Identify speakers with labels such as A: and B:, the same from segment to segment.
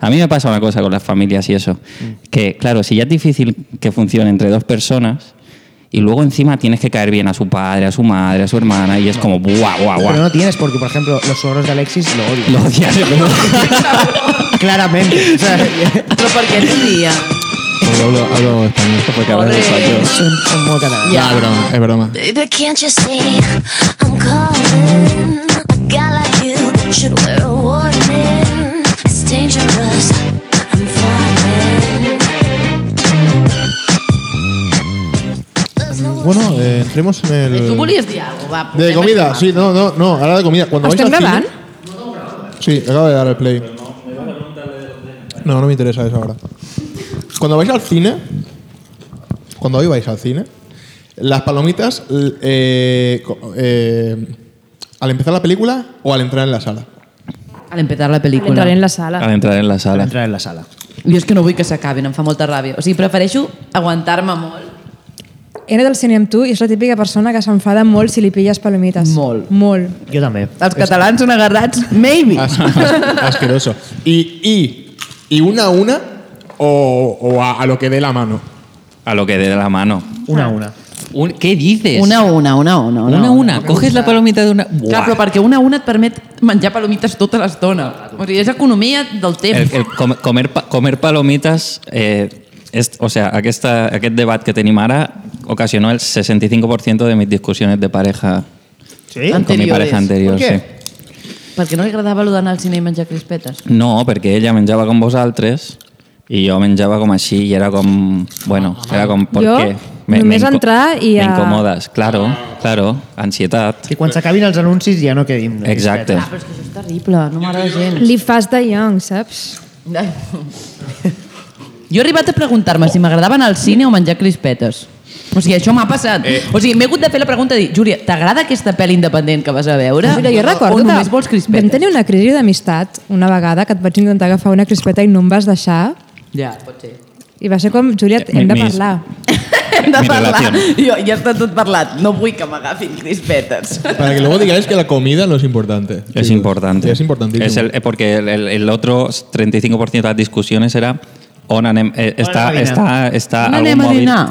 A: A mí me pasa una cosa con las familias y eso, que claro, si ya es difícil que funcione entre dos personas y luego encima tienes que caer bien a su padre, a su madre, a su hermana y es como guau, guau,
B: Pero
A: guau.
B: no tienes, porque por ejemplo, los suegros de Alexis lo odian.
A: Lo odias, ¿no?
B: Claramente. O sea,
C: Pero porque es tu día.
D: Hablo, hablo español porque a veces
C: Corre.
D: fallo.
B: son, son muy catalanes.
C: Ya.
D: Ah, es broma, es broma.
E: Baby, can't you see I'm calling? A guy like you should wear a warning. It's dangerous. I'm falling. There's no
F: Bueno, eh, entremos en el.
C: Tu volies dir alguna cosa, va.
F: De
C: portem
F: comida,
C: aquí.
F: sí, no, no, no, ahora de comida. Cuando vais
G: Estem
F: al cine-
G: gravant?
F: Sí, acabo de dar el play. No, no me interesa eso ahora. Cuando vais al cine, cuando hoy vais al cine, las palomitas, l- eh, co- eh, al empezar la película o al entrar en la sala.
C: Al empezar la
G: Al
C: pel·lícula.
G: entrar en la sala.
A: Al entrar en la sala.
B: Entrar en la sala.
C: Jo és que no vull que s'acabin, em fa molta ràbia. O sigui, prefereixo aguantar-me molt.
G: He anat al cine amb tu i és la típica persona que s'enfada molt si li pilles palomites.
C: Molt.
G: Molt.
B: Jo també.
C: Els catalans són agarrats, maybe.
F: As- as- asqueroso. Y, y, y una a una o, o a, a lo que dé la mano.
A: A lo que dé la mano.
B: Una a una.
A: Un- ¿Qué dices?
C: Una a una, una a una.
A: Una a una. Coges la palomita de una.
C: Clar,
A: Buah.
C: però perquè una a una et permet menjar palomites tota l'estona. O sigui, és economia
A: El,
C: del temps.
A: el com- comer, pa- comer palomitas, eh, és, o sea, aquesta, aquest debat que tenim ara ocasionó el 65% de mis discusiones de pareja
B: Sí?
C: Ant-
A: con mi pareja anterior.
B: ¿Por qué?
A: sí.
C: Perquè no li agradava allò d'anar al cine i menjar crispetes.
A: No, perquè ella menjava com vosaltres i jo menjava com així i era com... Bueno, era com... Per
G: Ah, Jo
A: què?
G: només
A: inco-
G: entrar i
A: Me
G: a-
A: incomodes, claro, claro, ansietat.
B: Que quan s'acabin els anuncis ja no quedin.
A: Exacte.
C: Ah, però és que això és terrible, no m'agrada gens.
G: Li fas de young, saps?
C: Ai. Jo he arribat a preguntar-me si m'agradava anar al cine o menjar crispetes. O sigui, això m'ha passat. Eh. O sigui, m'he hagut de fer la pregunta de dir, Júlia, t'agrada aquesta pel·li independent que vas a veure?
G: Mira, Ah, jo recordo
C: o
G: que
C: només vols crispetes?
G: vam tenir una crisi d'amistat una vegada que et vaig intentar agafar una crispeta i no em vas deixar
C: Ja, pot ser.
G: i va ser com, Júlia,
A: Eh,
G: hem de
A: mi- mis-
G: parlar.
C: Hem de
A: Mi
C: parlar.
A: relación.
C: Jo, ja està tot parlat. No vull que m'agafin crispetes.
D: Para que luego digáis que la comida no es importante.
A: Es
D: chicos.
A: importante.
D: Es importantísimo.
A: Es el- eh, porque el, el- el otro 35% de las discusiones era on anem, eh,
B: a
A: està,
B: dinar.
A: està, està
C: On
A: algun
C: anem a
A: mòbil-
C: dinar?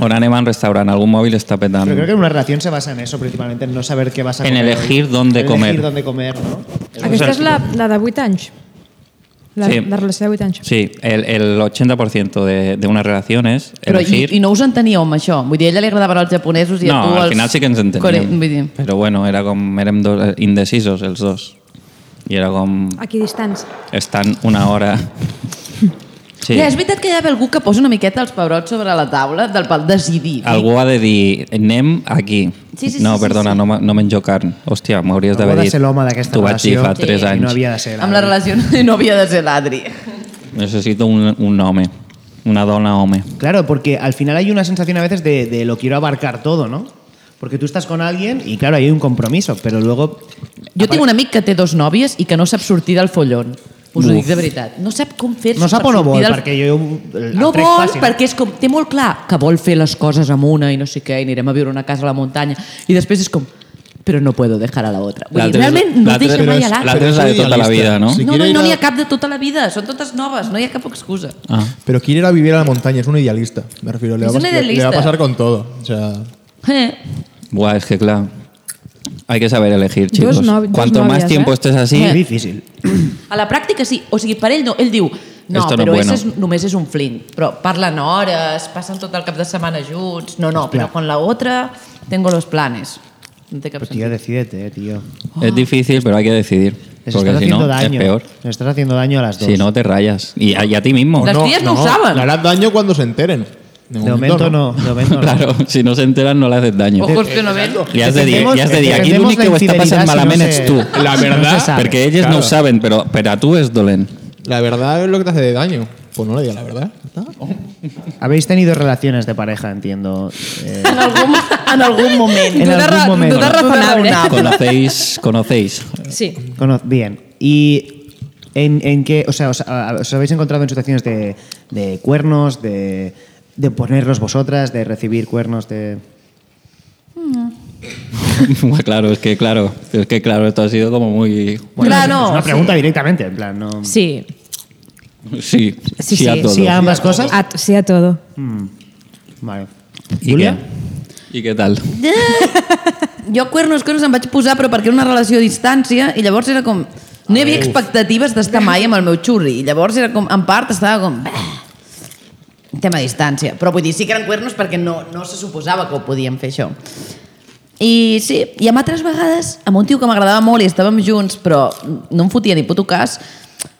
A: On anem a un restaurant, algun mòbil està petant.
B: Pero creo que en una relación se basa en eso principalmente, en no saber qué vas a
A: En
B: comer.
A: elegir
B: hoy.
A: dónde
B: En
A: comer.
B: Elegir dónde comer, ¿no?
G: Aquesta és la, la de 8 anys. La,
A: Sí.
G: la relació de 8 anys.
A: Sí, el, el 80% de, de una relación es
C: Però i,
A: elegir...
C: I no us enteníeu amb això? Vull dir, a ella li agradaven els japonesos i a tu
A: no, al
C: els...
A: final sí que ens
C: core-
A: enteníem.
C: Vull dir,
A: Però bueno, era com... Érem dos, eh, indecisos els dos. I era com...
G: Aquí distants.
A: Estan una hora...
C: Sí.
A: Sí.
C: Ja, és veritat que hi ha algú que posa una miqueta els pebrots sobre la taula del pal decidir.
A: Algú ha de dir, anem aquí.
C: Sí, sí,
A: no,
C: sí, sí,
A: perdona,
C: sí.
A: No, ma- no menjo carn. Hòstia, m'hauries
B: Algú ha
A: d'haver
B: de
A: dit.
B: ser l'home d'aquesta
A: Tu vaig dir
B: relació
A: fa 3
C: Sí.
A: anys.
B: I no havia de ser.
C: Amb la relació no havia de ser l'Adri.
A: Necessito un, un home. Una dona home.
B: Claro, porque al final hay una sensación a veces de, de lo quiero abarcar todo, ¿no? Porque tú estás con alguien y claro, hay un compromiso, pero luego...
C: Jo tinc un amic que té dos nòvies i que no sap sortir del follón. Us ho dic de veritat. No sap com fer-se
B: No sap
C: per
B: o no
C: sortir
B: vol,
C: del-
B: perquè jo... El,
C: No
B: el trec
C: vol,
B: fàcil. eh?
C: perquè és com, té molt clar que vol fer les coses amb una i no sé què, i anirem a viure a una casa a la muntanya, i després és com, però no puedo dejar a la otra. Vull dir,
A: L'altre és-
C: realment no
A: l'altre-
C: deixa
A: però
C: mai
A: és-
C: a l'altre.
A: l'altre és la
D: Però
A: de
D: és
A: tota la
D: idealista.
A: vida, no?
D: Sí.
C: No, no,
D: quiere ir
C: no
D: a-
C: n'hi ha cap de tota la vida, són totes noves, no hi ha cap excusa.
A: Ah.
D: Pero quiere ir a vivir a la montaña, es un idealista, me refiero. Le,
C: Es
D: va, a
C: un
D: pas- le- le va
C: idealista.
D: a pasar con todo. O sea,
C: Eh.
A: Buah, es que claro. Hay que saber elegir, chicos.
G: Dos novi- dos
A: Cuanto más
G: novias,
A: tiempo
G: ¿eh?
A: estés así...
B: És difícil.
C: A la pràctica sí, o sigui, per ell no, ell diu, no,
A: Esto no
C: però
A: es bueno.
C: ese és, només és un fling, però parlen hores, passen tot el cap de setmana junts, no, no, però con la otra tengo los planes. No té cap
B: Pero tío,
C: sentit.
B: decídete, eh, tío.
A: Es difícil, pero hay que decidir.
B: Les
A: Porque
B: estás
A: si
B: haciendo
A: no,
B: daño.
A: es peor.
B: Les estás haciendo daño a las dos.
A: Si no, te rayas. Y a, y a ti mismo.
C: Las tías no, ho saben.
D: le harás daño cuando se enteren.
B: de momento no. De momento no.
A: Claro, si no se enteran, no le haces daño.
C: Ojos que no ven.
A: Li has de dir,
B: Defensemos-
A: li has de dir, aquí
B: defensemos
A: l'únic que
B: la
A: ho està passant
B: infidelitat si no
A: malament
B: se-
A: ets tu.
D: La
B: si no
D: verdad,
B: se sabe.
A: Perquè ells no ho
D: Claro.
A: saben, però per a tu és dolent.
D: La verdad es lo que te hace daño. Pues no le digas la verdad. ya está.
B: Habéis tenido relaciones de pareja, entiendo. Eh,
C: En algun, en algun moment.
B: En
C: Duda
B: algun
C: ra-
B: moment.
C: duda razonable.
A: Conocéis, conocéis.
G: Sí.
B: cono- bien. ¿Y en, en qué? O sea, os, a- os habéis encontrado en situaciones de, de cuernos, de, de ponerlos vosotras, de recibir cuernos, de.
A: Bueno, claro, es que claro, es que claro, esto ha sido como muy...
C: Clar, no.
B: es una
C: sí.
B: pregunta directamente, en plan, no.
G: Sí.
A: Sí, sí, a todo.
B: sí, a ambas cosas.
G: A- sí a todo.
B: Vale.
A: ¿Y
B: Julia?
A: Qué? ¿Y qué tal?
C: Jo cuernos coses em vaig posar, però perquè era una relació a distància, i llavors era com... No hi havia expectatives d'estar mai amb el meu xurri, i llavors era com, en part estava com... "Bah, Tema a distància. Però vull dir, sí que eren cuernos perquè no, no se suposava que ho podíem fer això. I sí, i amb altres vegades, amb un tio que m'agradava molt i estàvem junts, però no em fotia ni puto cas,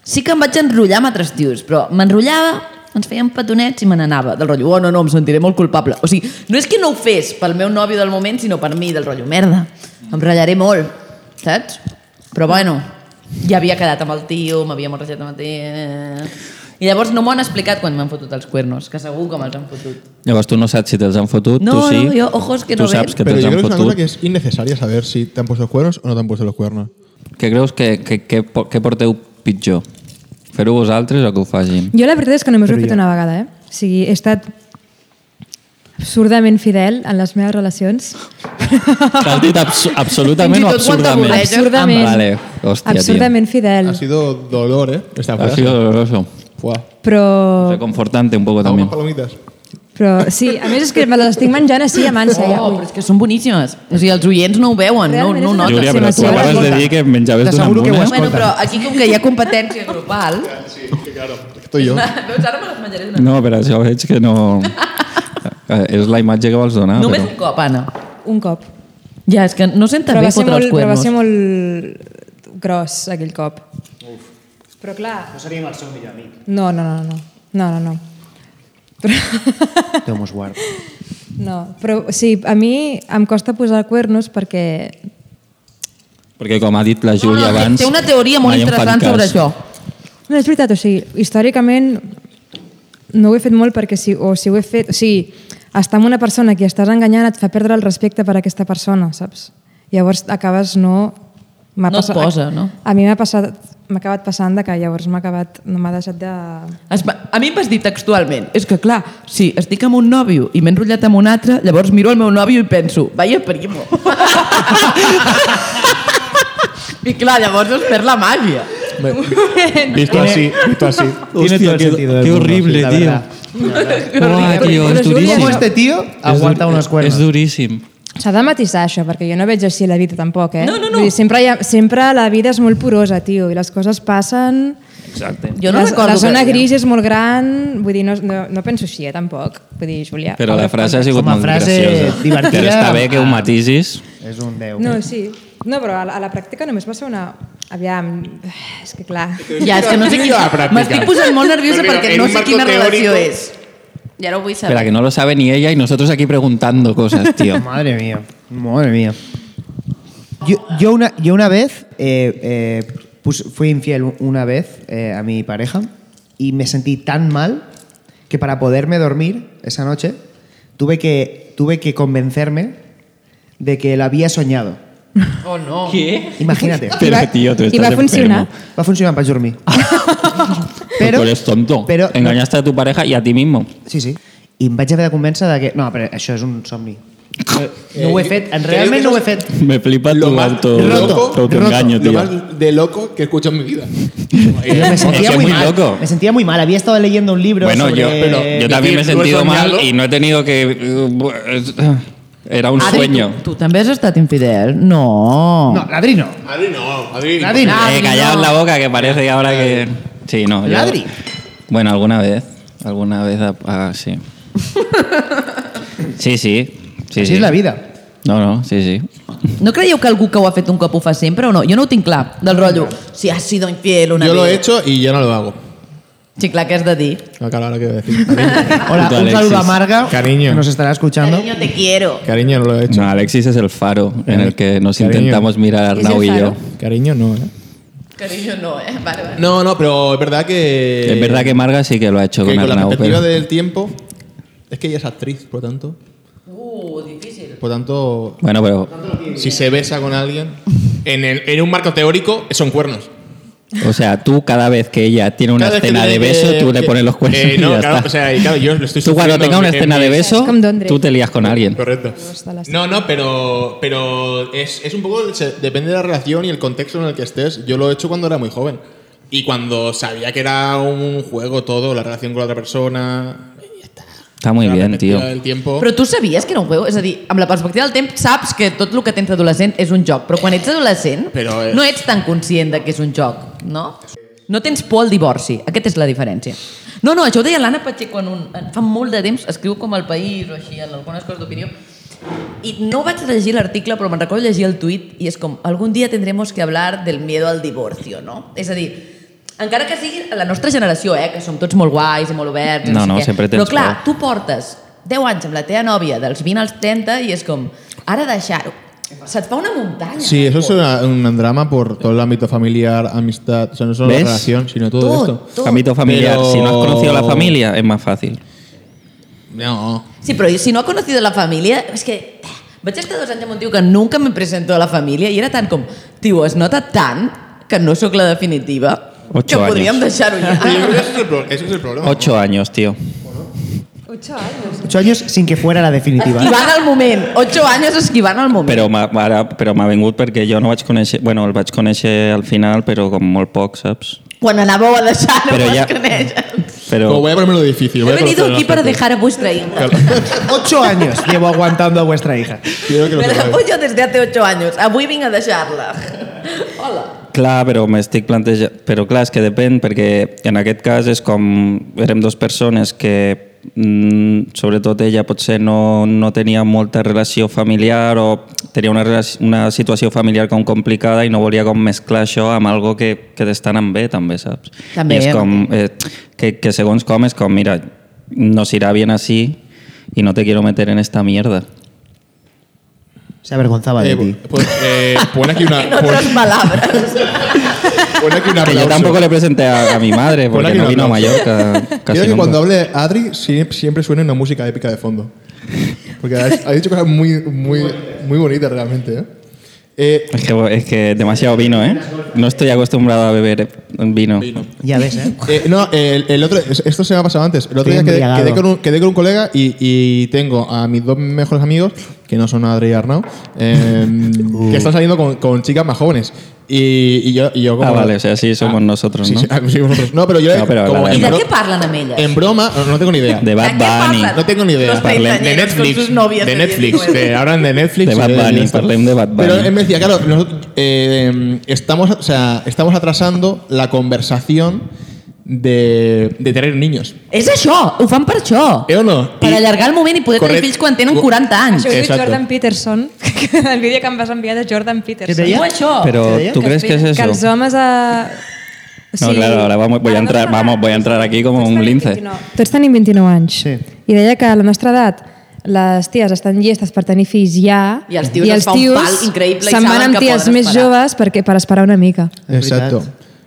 C: sí que em vaig enrotllar amb altres tios, però m'enrotllava, ens feien petonets i me n'anava, del rotllo, oh, no, no, em sentiré molt culpable. O sigui, no és que no ho fes pel meu nòvio del moment, sinó per mi, del rotllo, merda, em ratllaré molt, saps? Però bueno, ja havia quedat amb el tio, m'havia morrejat amb el tio... I llavors no m'ho han explicat quan m'han fotut els cuernos, que segur que me'ls han fotut.
A: Llavors tu no saps si te'ls han fotut,
C: No,
A: tu sí.
C: no, jo, ojos que
A: tu
C: no ven.
A: saps que
F: Pero
A: te'ls
F: yo creo
A: han
F: que es una cosa
A: fotut.
F: que es innecesaria saber si te han puesto los cuernos o no te han puesto los cuernos.
A: Què creus que, que, que, por- que porteu pitjor? Fer-ho vosaltres o que ho facin?
G: Jo la veritat és que només ho he fet una vegada, eh? O sigui, he estat absurdament fidel en les meves relacions.
A: T'has dit abs absolutament
C: Fins i
A: o
C: tot quan
A: absurdament?
C: t'avorreix.
G: Absurdament.
A: Ah, vale. Hòstia, tio.
G: absurdament fidel.
C: Ah,
F: Ha sido dolor, ¿eh? Esta
A: Ha
F: frase.
A: sido doloroso.
F: Fua.
G: Però,
A: Reconfortante un poco
F: Hago
A: también.
F: más palomitas.
G: però sí, a més és que me les estic menjant així amb ànsia. Ja.
C: Oh,
G: Ui.
C: però és que són boníssimes. O sigui, els oients no ho veuen, no,
G: Realment
C: no ho
G: és una
A: Júlia,
G: Júlia,
C: noten.
A: però
G: però Sí, tu
A: tu
G: sí, acabes
A: acabes
G: escolta.
A: de
G: de
A: dir
G: dir
A: que menjaves d'una
B: T'asseguro que ho
A: muna.
B: has-
C: Bueno,
B: Escolta.
C: però aquí com que hi ha competència grupal...
F: Estoy yo.
C: Veus, ara me les menjaré d'una.
A: No, però això veig que no... Eh, És la imatge que vols donar,
C: Només un
A: Ah, però...
C: cop, Anna.
G: Un cop.
C: Ja, és que no senten
G: Però
C: bé
G: va, ser
C: fotre
G: molt,
C: els
G: però va
C: cuernos.
G: ser molt gros aquell cop. Uf. Però clar...
B: No seríem el seu millor amic.
G: No, no, no, no. No, no, no.
B: Déu mos guard.
G: No, però sí, a mi em costa posar cuernos perquè...
A: Perquè com ha dit la
C: No, no,
A: Júlia abans...
C: té una teoria molt
A: mai em fan
C: interessant
A: cas.
C: sobre això.
G: No, és veritat, o sigui, històricament no ho he fet molt perquè si, o si ho he fet... O sigui, estar amb una persona que estàs enganyant et fa perdre el respecte per aquesta persona, saps? Llavors acabes no... m'ha
C: No et
G: passat-
C: posa, no?
G: A mi m'ha passat m'ha acabat passant de que llavors m'ha acabat, no m'ha deixat de...
C: Es va- A mi em vas dir textualment, és que clar, si estic amb un nòvio i m'he enrotllat amb un altre, llavors miro el meu nòvio i penso, vaya primo. I clar, llavors es perd la màgia.
F: Visto así, visto así.
B: Tiene todo el
A: qué-
B: sentido del
A: qué
B: mundo,
A: horrible,
B: la
A: tío.
B: verdad.
A: Uah, tio,
G: Però
A: és
G: és Júlia,
A: duríssim.
B: ¿Cómo este tío aguanta unos cuernos?
A: És duríssim.
G: S'ha de matisar això, perquè jo no veig així la vida tampoc, eh?
C: No, no, no.
G: Vull dir, sempre, hi ha, sempre la vida és molt porosa, tio, i les coses passen...
A: Exacte.
C: Jo no
G: la,
C: recordo
G: la zona
C: que-
G: gris és molt gran, vull dir, no, no, no penso així, eh, tampoc. Vull dir, Julià...
A: Però la
G: obre
A: frase ha sigut
B: Com a
A: molt
B: frase
A: graciosa.
B: divertida. Ah.
A: Però està bé que ho matisis.
B: És un déu.
G: No, sí. No, però a la, a la pràctica només va ser una... Aviam, és que clar...
C: Ja, és que no sé quina... M'estic posant molt nerviosa perquè no sé quina relació és. I ara ho vull
A: Espera,
C: saber.
A: que no lo sabe ni ella y nosotros aquí preguntando cosas, tío.
B: Madre mía, madre mía. Yo, yo una, yo una vez eh, eh, pus- fui infiel una vez eh, a mi pareja y me sentí tan mal que para poderme dormir esa noche tuve que, tuve que convencerme de que la había soñado.
C: Oh, no.
B: Imagínate.
A: Pero,
G: I va-
A: tío, tú
G: i
A: estás
G: va funcionar.
A: enfermo.
B: Va a funcionar para dormir.
C: Pues
A: Pero, tú eres tonto.
B: Pero,
A: Engañaste a tu pareja y a ti mismo.
B: Sí, sí. I em vaig haver de convèncer de que... No, però això és un somni. Eh, No ho
A: Eh,
B: he fet, en
F: creo
B: realment
F: que
B: no ho he
F: eso
B: fet.
A: Me flipa
F: Lo
A: tu
F: más
A: auto,
F: loco,
A: tu autoengaño,
F: lo
A: tío.
F: más de loco que he escuchado en mi vida.
B: Yo me sentía
A: soy
B: muy,
A: muy
B: mal.
A: eh, loco.
B: Me sentía muy mal. Había estado leyendo un libro
A: Bueno,
B: sobre...
A: yo, yo también me he
F: decir, lo he
A: sentido mal
F: soñado.
A: y no he tenido que... eh, bu- eh, Era un
C: Adri,
A: sueño.
C: Tu, tu també has estat infidel? No.
B: No, Ladri no.
F: Adri no, Adri.
B: Ladri no.
A: Eh, callaos la boca, que parece que ahora que... Sí, no. yo-
B: Ladri.
A: Bueno, alguna vez. Alguna vez, ah, ah, sí. Sí, sí. sí,
B: Así
A: sí.
B: es la vida.
A: No, no, sí, sí.
C: No creieu que algú que ho ha fet un cop ho fa sempre o no? Jo no ho tinc clar, del rotllo. Si has sido infiel una
F: Yo lo he
C: vez.
F: hecho y ya no lo hago.
C: Sí, clar, què has de dir?
F: Acá ahora que voy a decir. Cariño.
B: Hola,
A: Puto
B: un saludo
A: Alexis.
B: a Marga.
F: Cariño.
B: que Nos estará escuchando.
C: Cariño, te quiero.
F: Cariño no lo he hecho.
A: No, Alexis es el faro en el que nos
F: Cariño.
A: intentamos mirar
G: el
A: Arnau y yo.
G: faro?
F: Cariño no, ¿eh?
C: Cariño, no, eh? Vale, vale.
F: No, no, pero es verdad que...
A: Es verdad que Marga sí que lo ha hecho
F: Eh, que
A: con
F: con la
A: Arnau.
F: perspectiva
A: pero-
F: del tiempo es que ella es actriz, por lo tanto,
C: Uh, difícil.
F: por tanto,
A: Bueno, pero.
F: si se besa con alguien en, el- en un marco teórico son cuernos.
A: O sea, tú cada vez que ella tiene una
F: Cada vez que
A: escena de
F: tiene
A: beso,
F: que-
A: tú le
F: que-
A: pones los cuernos.
F: eh,
A: y
F: no,
A: ya
F: claro,
A: está.
F: o sea, y claro, yo lo estoy
A: tú cuando
F: sufriendo
A: tenga una
F: en- en
A: escena de
F: mi-
A: beso,
G: Es como Don Drake.
A: tú te lías con alguien.
F: Correcto. No, no, pero, pero es, es un poco, se- depende de la relación y el contexto en el que estés. Yo lo he hecho cuando era muy joven. Y cuando sabía que era un juego todo, la relación con la otra persona.
A: Está muy
F: la
A: bien, tío.
F: perspectiva del tiempo.
C: Però tu sabies que era un juego? És a dir, amb la perspectiva del temps saps que tot el que tens d'adolescent és un joc, però quan ets adolescent
F: Però és-
C: no ets tan conscient de que és un joc, no? No tens por al divorci, aquesta és la diferència. No, no, això ho deia l'Anna Pacheco en un... en- Fa molt de temps, escriu com el País o així, en algunes coses d'opinió, i no vaig llegir l'article, però me'n recordo llegir el tuit i és com, algun dia tendremos que hablar del miedo al divorcio, no? És a dir, encara que sigui la nostra generació, eh, que som tots molt guais i molt oberts, i
A: No, no,
C: sé què,
A: sempre tens
C: però clar,
A: por.
C: tu portes 10 anys amb la teva nòvia, dels 20 als 30, i és com, ara deixar-ho. Se't fa una muntanya.
F: Sí, eso es una- un drama por todo el ámbito familiar, amistad, o sea, no solo
A: ¿Ves?
F: la relación, sino todo,
C: Todo,
F: esto.
C: todo.
A: Ámbito familiar.
F: Pero-
A: Si no has conocido a la familia, es más fácil.
F: No.
C: Sí, però si no ha conocido la família, és que... eh, Vaig estar dos anys amb un tio que nunca me presentó a la família i era tan com, tio, es nota tant que no sóc la definitiva
A: Ocho
C: que podríem
A: años.
C: deixar-ho ja.
F: Yo creo que ese es el, pro- ese es el problema.
A: Ocho años, tío.
B: Ocho años sin que fuera la definitiva.
C: Esquivant el moment. Ocho anys esquivant el moment.
A: Però m'ha ara- però m'ha vengut perquè jo no vaig conèixer... Bueno, el vaig conèixer al final, però com molt poc, saps?
C: Quan anàveu a deixar, no
A: Però
C: vos
A: ja-
C: conèixer.
A: Però...
F: Como Pues voy a ponérmelo difícil. voy
C: He
F: a
C: venido
F: conocer
C: aquí
F: las
C: para
F: personas.
C: dejar a vuestra hija.
B: Ocho años llevo aguantando a vuestra hija.
F: Quiero que lo
C: Me la
F: sepáis.
C: apoyo desde hace ocho años. Avui vinc a deixar-la. Hola.
A: Clar, però m'estic plantejant... Però clar, és que depèn, perquè en aquest cas és com... Érem dues persones que, mm, sobretot ella, potser no, no tenia molta relació familiar o tenia una, relació, una situació familiar com complicada i no volia com mesclar això amb algo que, que t'està anant bé, també, saps?
C: També,
A: I és
C: eh?
A: com... Eh, que, que segons com és com, mira, nos irá bien así y no te quiero meter en esta mierda.
B: Se avergonzaba de
F: Eh,
B: ti.
F: pues, eh, pon aquí
A: Ah,
F: una.
C: En
F: pon-
C: otras palabras.
F: pon aquí
A: Que
F: un
A: yo
F: aplauso.
A: tampoco le presenté a, a mi madre
F: Pon
A: porque
F: aquí
A: no
F: un
A: vino a
F: aplauso.
A: Mallorca casi
F: Quiero que
A: nunca.
F: cuando hable Adri sie- siempre suene una música épica de fondo. Porque ha ha dicho cosas muy, muy, muy bonitas realmente. ¿eh? Eh,
A: Es que, es que demasiado vino, ¿eh? No estoy acostumbrado a beber vino.
B: Ya ves, ¿eh?
F: eh, no, el, el otro, esto se me ha pasado antes. El otro
B: Estoy
F: día quedé,
B: embriagado.
F: quedé con un, quedé con un colega y, y tengo a mis dos mejores amigos, que no son Adri y Arnau, eh, que están saliendo con, con chicas más jóvenes. Y, y yo, y yo como-
A: Ah, vale, o sea, sí somos nosotros,
F: Sí,
A: ¿no?
F: sí, ah, sí, vosotros. No, pero yo
A: No, pero
F: como
A: habla de-
C: I
F: en,
C: de
F: bro-
C: què parlen amb elles?
F: en broma, no tengo ni idea.
A: De Bad
C: ¿De qué
A: Bunny.
C: pasa?
F: No tengo ni idea.
C: Los
A: Parlem
F: de
C: treintañeros con
F: Netflix.
C: sus novias
F: de Netflix.
C: 19.
F: De, ahora de Netflix.
A: De Bad
F: eh,
A: Bunny,
F: esto.
A: parlem de Bad Bunny.
F: Pero él me decía, claro, nosotros, eh, estamos, o sea, estamos atrasando la conversación de, de tener niños.
C: És això, ho fan per això.
F: ¿Eh o no?
C: Per
F: Y-
C: allargar el moment i poder tenir
F: Correcte.
C: fills quan tenen 40 anys.
G: Això ho diu
F: Exacte.
G: Jordan Peterson, el vídeo que em vas enviar de Jordan Peterson.
B: deia?
C: Diu això.
A: Pero, ¿tú crees que es
G: Que els
A: eso?
G: homes... A... Ah,
A: No, claro, ahora vamos- voy a entrar- vamos, voy a entrar aquí como un lince.
G: Tots tenim 29 anys.
B: Sí.
G: I deia que a la nostra edat les ties estan llestes per tenir fills ja
C: I els tios es fa un pal increïble i
G: se'n van
C: saben
G: amb
C: que
G: ties
C: poden
G: més
C: esperar.
G: joves perquè, per esperar una mica.
F: Exacto.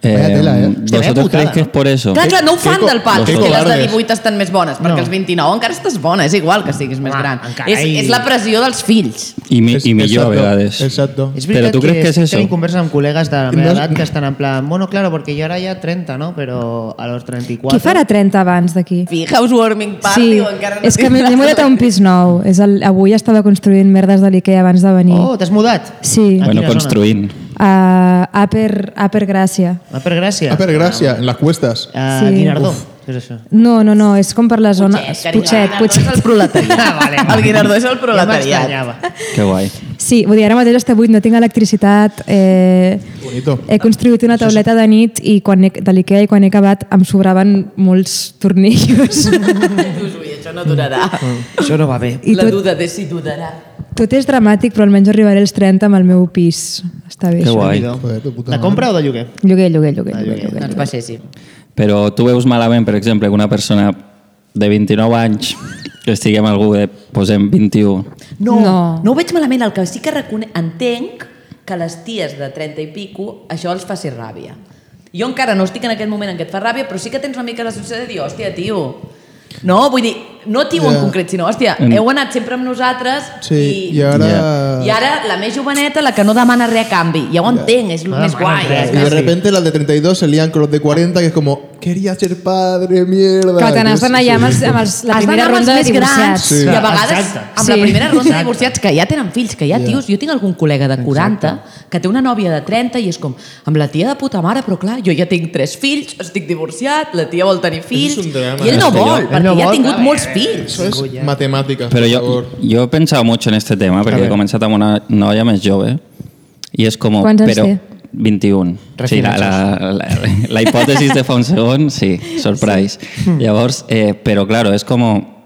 A: Eh,
F: Vaya tela, ¿eh?
B: Hostia, vaya
A: ¿Vosotros
B: putada,
A: creéis que
B: ¿no?
A: es por eso?
C: Clar, clar, no ho fan
F: co-
C: del pal,
F: que
C: que les de
F: covardes.
C: 18 estan més bones, perquè
B: No.
C: els 29 encara estàs bona, és igual que siguis més
B: Home,
C: gran.
B: encara
C: És,
B: hi-
C: és la pressió dels fills.
A: Y mi,
F: Es-
A: y mi yo a
F: exacto,
A: veces.
F: Exacto.
B: Es
A: Pero
B: verdad
A: ¿tú crees que es eso?
B: Tengo conversas con colegas de la
F: No
B: misma
F: es-
B: edad que están en plan, bueno, claro, porque yo ahora ya 30, ¿no? Pero a los 34...
G: Qui farà 30 abans d'aquí?
C: Fi, housewarming party,
G: Sí,
C: o encara no
G: és que m'he
C: tindràs
G: m'he mudat a un pis nou. És el, avui estava construint merdes de l'Ikea abans de venir.
B: Oh, t'has mudat?
G: Sí,
B: Aquí
A: Bueno,
B: la zona.
A: construir.
G: a Upper, Upper Gràcia.
B: Ah, per gràcia. Ah,
F: Ah, pero gracias. En las cuestas.
B: A
G: Sí.
B: Guinardó. Què és això?
G: No, no, no, és com per la zona...
C: Putxet,
G: Putxet.
C: Putxet. El proletariat.
B: Ah, vale, vale.
C: El Guinardó és el
B: Ja
C: proletariat.
B: m'estranyava.
A: Qué guay.
G: Sí, vull dir, ara mateix està buit, no tinc electricitat, eh,
F: Bonito.
G: he construït una tauleta de nit i quan he, de l'Ikea i quan he acabat em sobraven molts tornillos.
C: Dius, ui, això no durarà.
B: Això no va bé.
G: I
C: La
G: tot,
C: duda de si durarà.
G: tot és dramàtic, però almenys arribaré als 30 amb el meu pis. Està bé,
A: Qué
G: això.
A: guai.
F: Joder, tu puta
B: De
F: madre.
B: compra o de lloguer?
G: Lloguer, lloguer, lloguer. lloguer,
C: Que
G: lloguer.
C: ens baixéssim.
A: Però tu veus malament, per exemple, que una persona de 29 anys que estigui amb algú de, posem, 21,
C: No, no,
G: No.
C: no ho veig malament. El que sí que recone... entenc que les ties de 30 i pico, això els faci ràbia. Jo encara no estic en aquest moment en què et fa ràbia, però sí que tens una mica la sensació de dir, hòstia, tio, no, vull dir, no tio
F: Ja.
C: en concret, sinó, hòstia,
A: Mm.
C: heu anat sempre amb nosaltres
F: Sí,
C: i,
F: y ahora...
A: Ya.
C: i ara la més joveneta, la que no demana res a canvi. Ja ho entenc, és el
B: No
C: més
B: demana
C: guai.
B: res.
F: Y de repente las de 32 se lían con los de 40, que es como, quería ser padre, mierda.
G: Que te
F: Que
G: n'has
F: es-
G: d'anar allà amb, els, amb els, la primera ronda de
C: més grans
G: divorciats.
C: sí. i a
B: Exacte.
C: vegades amb la
G: Sí.
C: primera ronda de divorciats que ja tenen fills, que ja tios, jo tinc algun col·lega de 40 que té una nòvia de 30 i és com, amb la tia de puta mare, però clar, jo ja tinc tres fills, estic divorciat, la tia vol tenir fills,
F: un drama.
C: i ell no
B: eh?
A: Este, jo-
C: vol,
A: Ell
C: perquè
B: no
C: ja ha
B: vol,
C: tingut
B: clar,
C: molts fills.
F: Eso es matemáticas,
A: Pero
F: por
A: yo,
F: favor.
A: yo he pensado mucho en este tema, porque he comenzado con una novia más joven y es como,
G: ¿Cuántos
A: pero
G: té?
A: 21. Sí,
B: Recién
A: la, la, la, la hipótesis de Fonsegón, sí, surprise. Llavors, eh, pero claro, es como,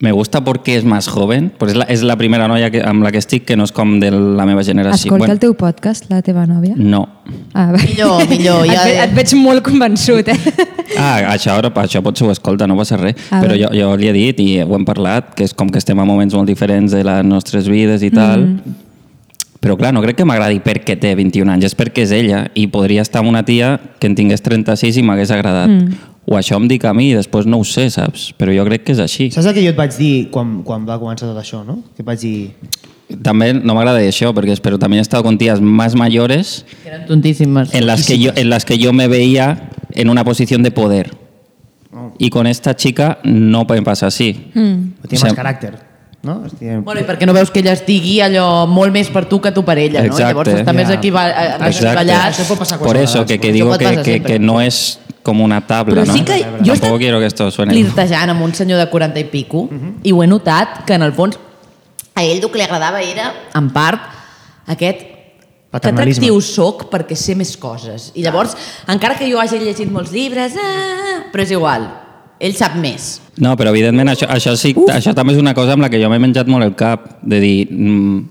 A: me gusta porque es más joven, pues es la, es la primera noia que, amb la que estic que no és com de la Mm. meva generació.
G: Escolta el teu podcast, la teva nòvia.
A: No.
G: Ah, va.
C: Millor, millor, ja-
G: et, ve, et veig molt convençut, eh?
A: Ah, això, ara, això potser ho escolta, no passa res.
G: Ah,
A: però
G: bé.
A: jo, jo li he dit i ho hem parlat, que és com que estem a moments molt diferents de les nostres vides i tal. Però clar, no crec que m'agradi perquè té 21 anys, és perquè és ella i podria estar amb una tia que en tingués 36 i m'hagués agradat. O això em dic a mi i després no ho sé, saps? Però jo crec que és així.
B: Saps el que jo et vaig dir quan, quan va començar tot això, no? Que et vaig dir...
A: També no m'agrada això, perquè però també he estat con tías más mayores
C: Eren tontíssimes.
A: en las que yo en las que yo me veía en una posición de poder y con esta chica no pueden pasar así
B: Però té
A: O sea,
B: més caràcter, no? Hòstia,
C: Bueno, i perquè no veus que ella estigui allò molt més per tu que tu per ella, no?
A: Exacte.
C: Llavors està més
B: Ja.
C: equiva- eh,
A: Exacte.
C: equivallat.
B: Això pot pasar
A: por
B: cosas
A: eso
B: raras,
A: que, que
C: ¿no?
A: digo
C: Eso puede
A: que,
C: pasar
A: que-
C: siempre.
A: que no es como una tabla
C: Però
A: ¿no?
C: sí que jo he
A: tampoco
C: estat
A: quiero que esto suene
C: flirtejant amb un senyor de 40 i pico i ho he notat que en el fons a ell el que li agradava era, en part, aquest que
B: Paternalisme.
C: atractiu soc perquè sé més coses. I llavors, encara que jo hagi llegit molts llibres, ah, però és igual, ell sap més.
A: No, però evidentment això, això, sí, això també és una cosa amb la que jo m'he menjat molt el cap, de dir... Mm,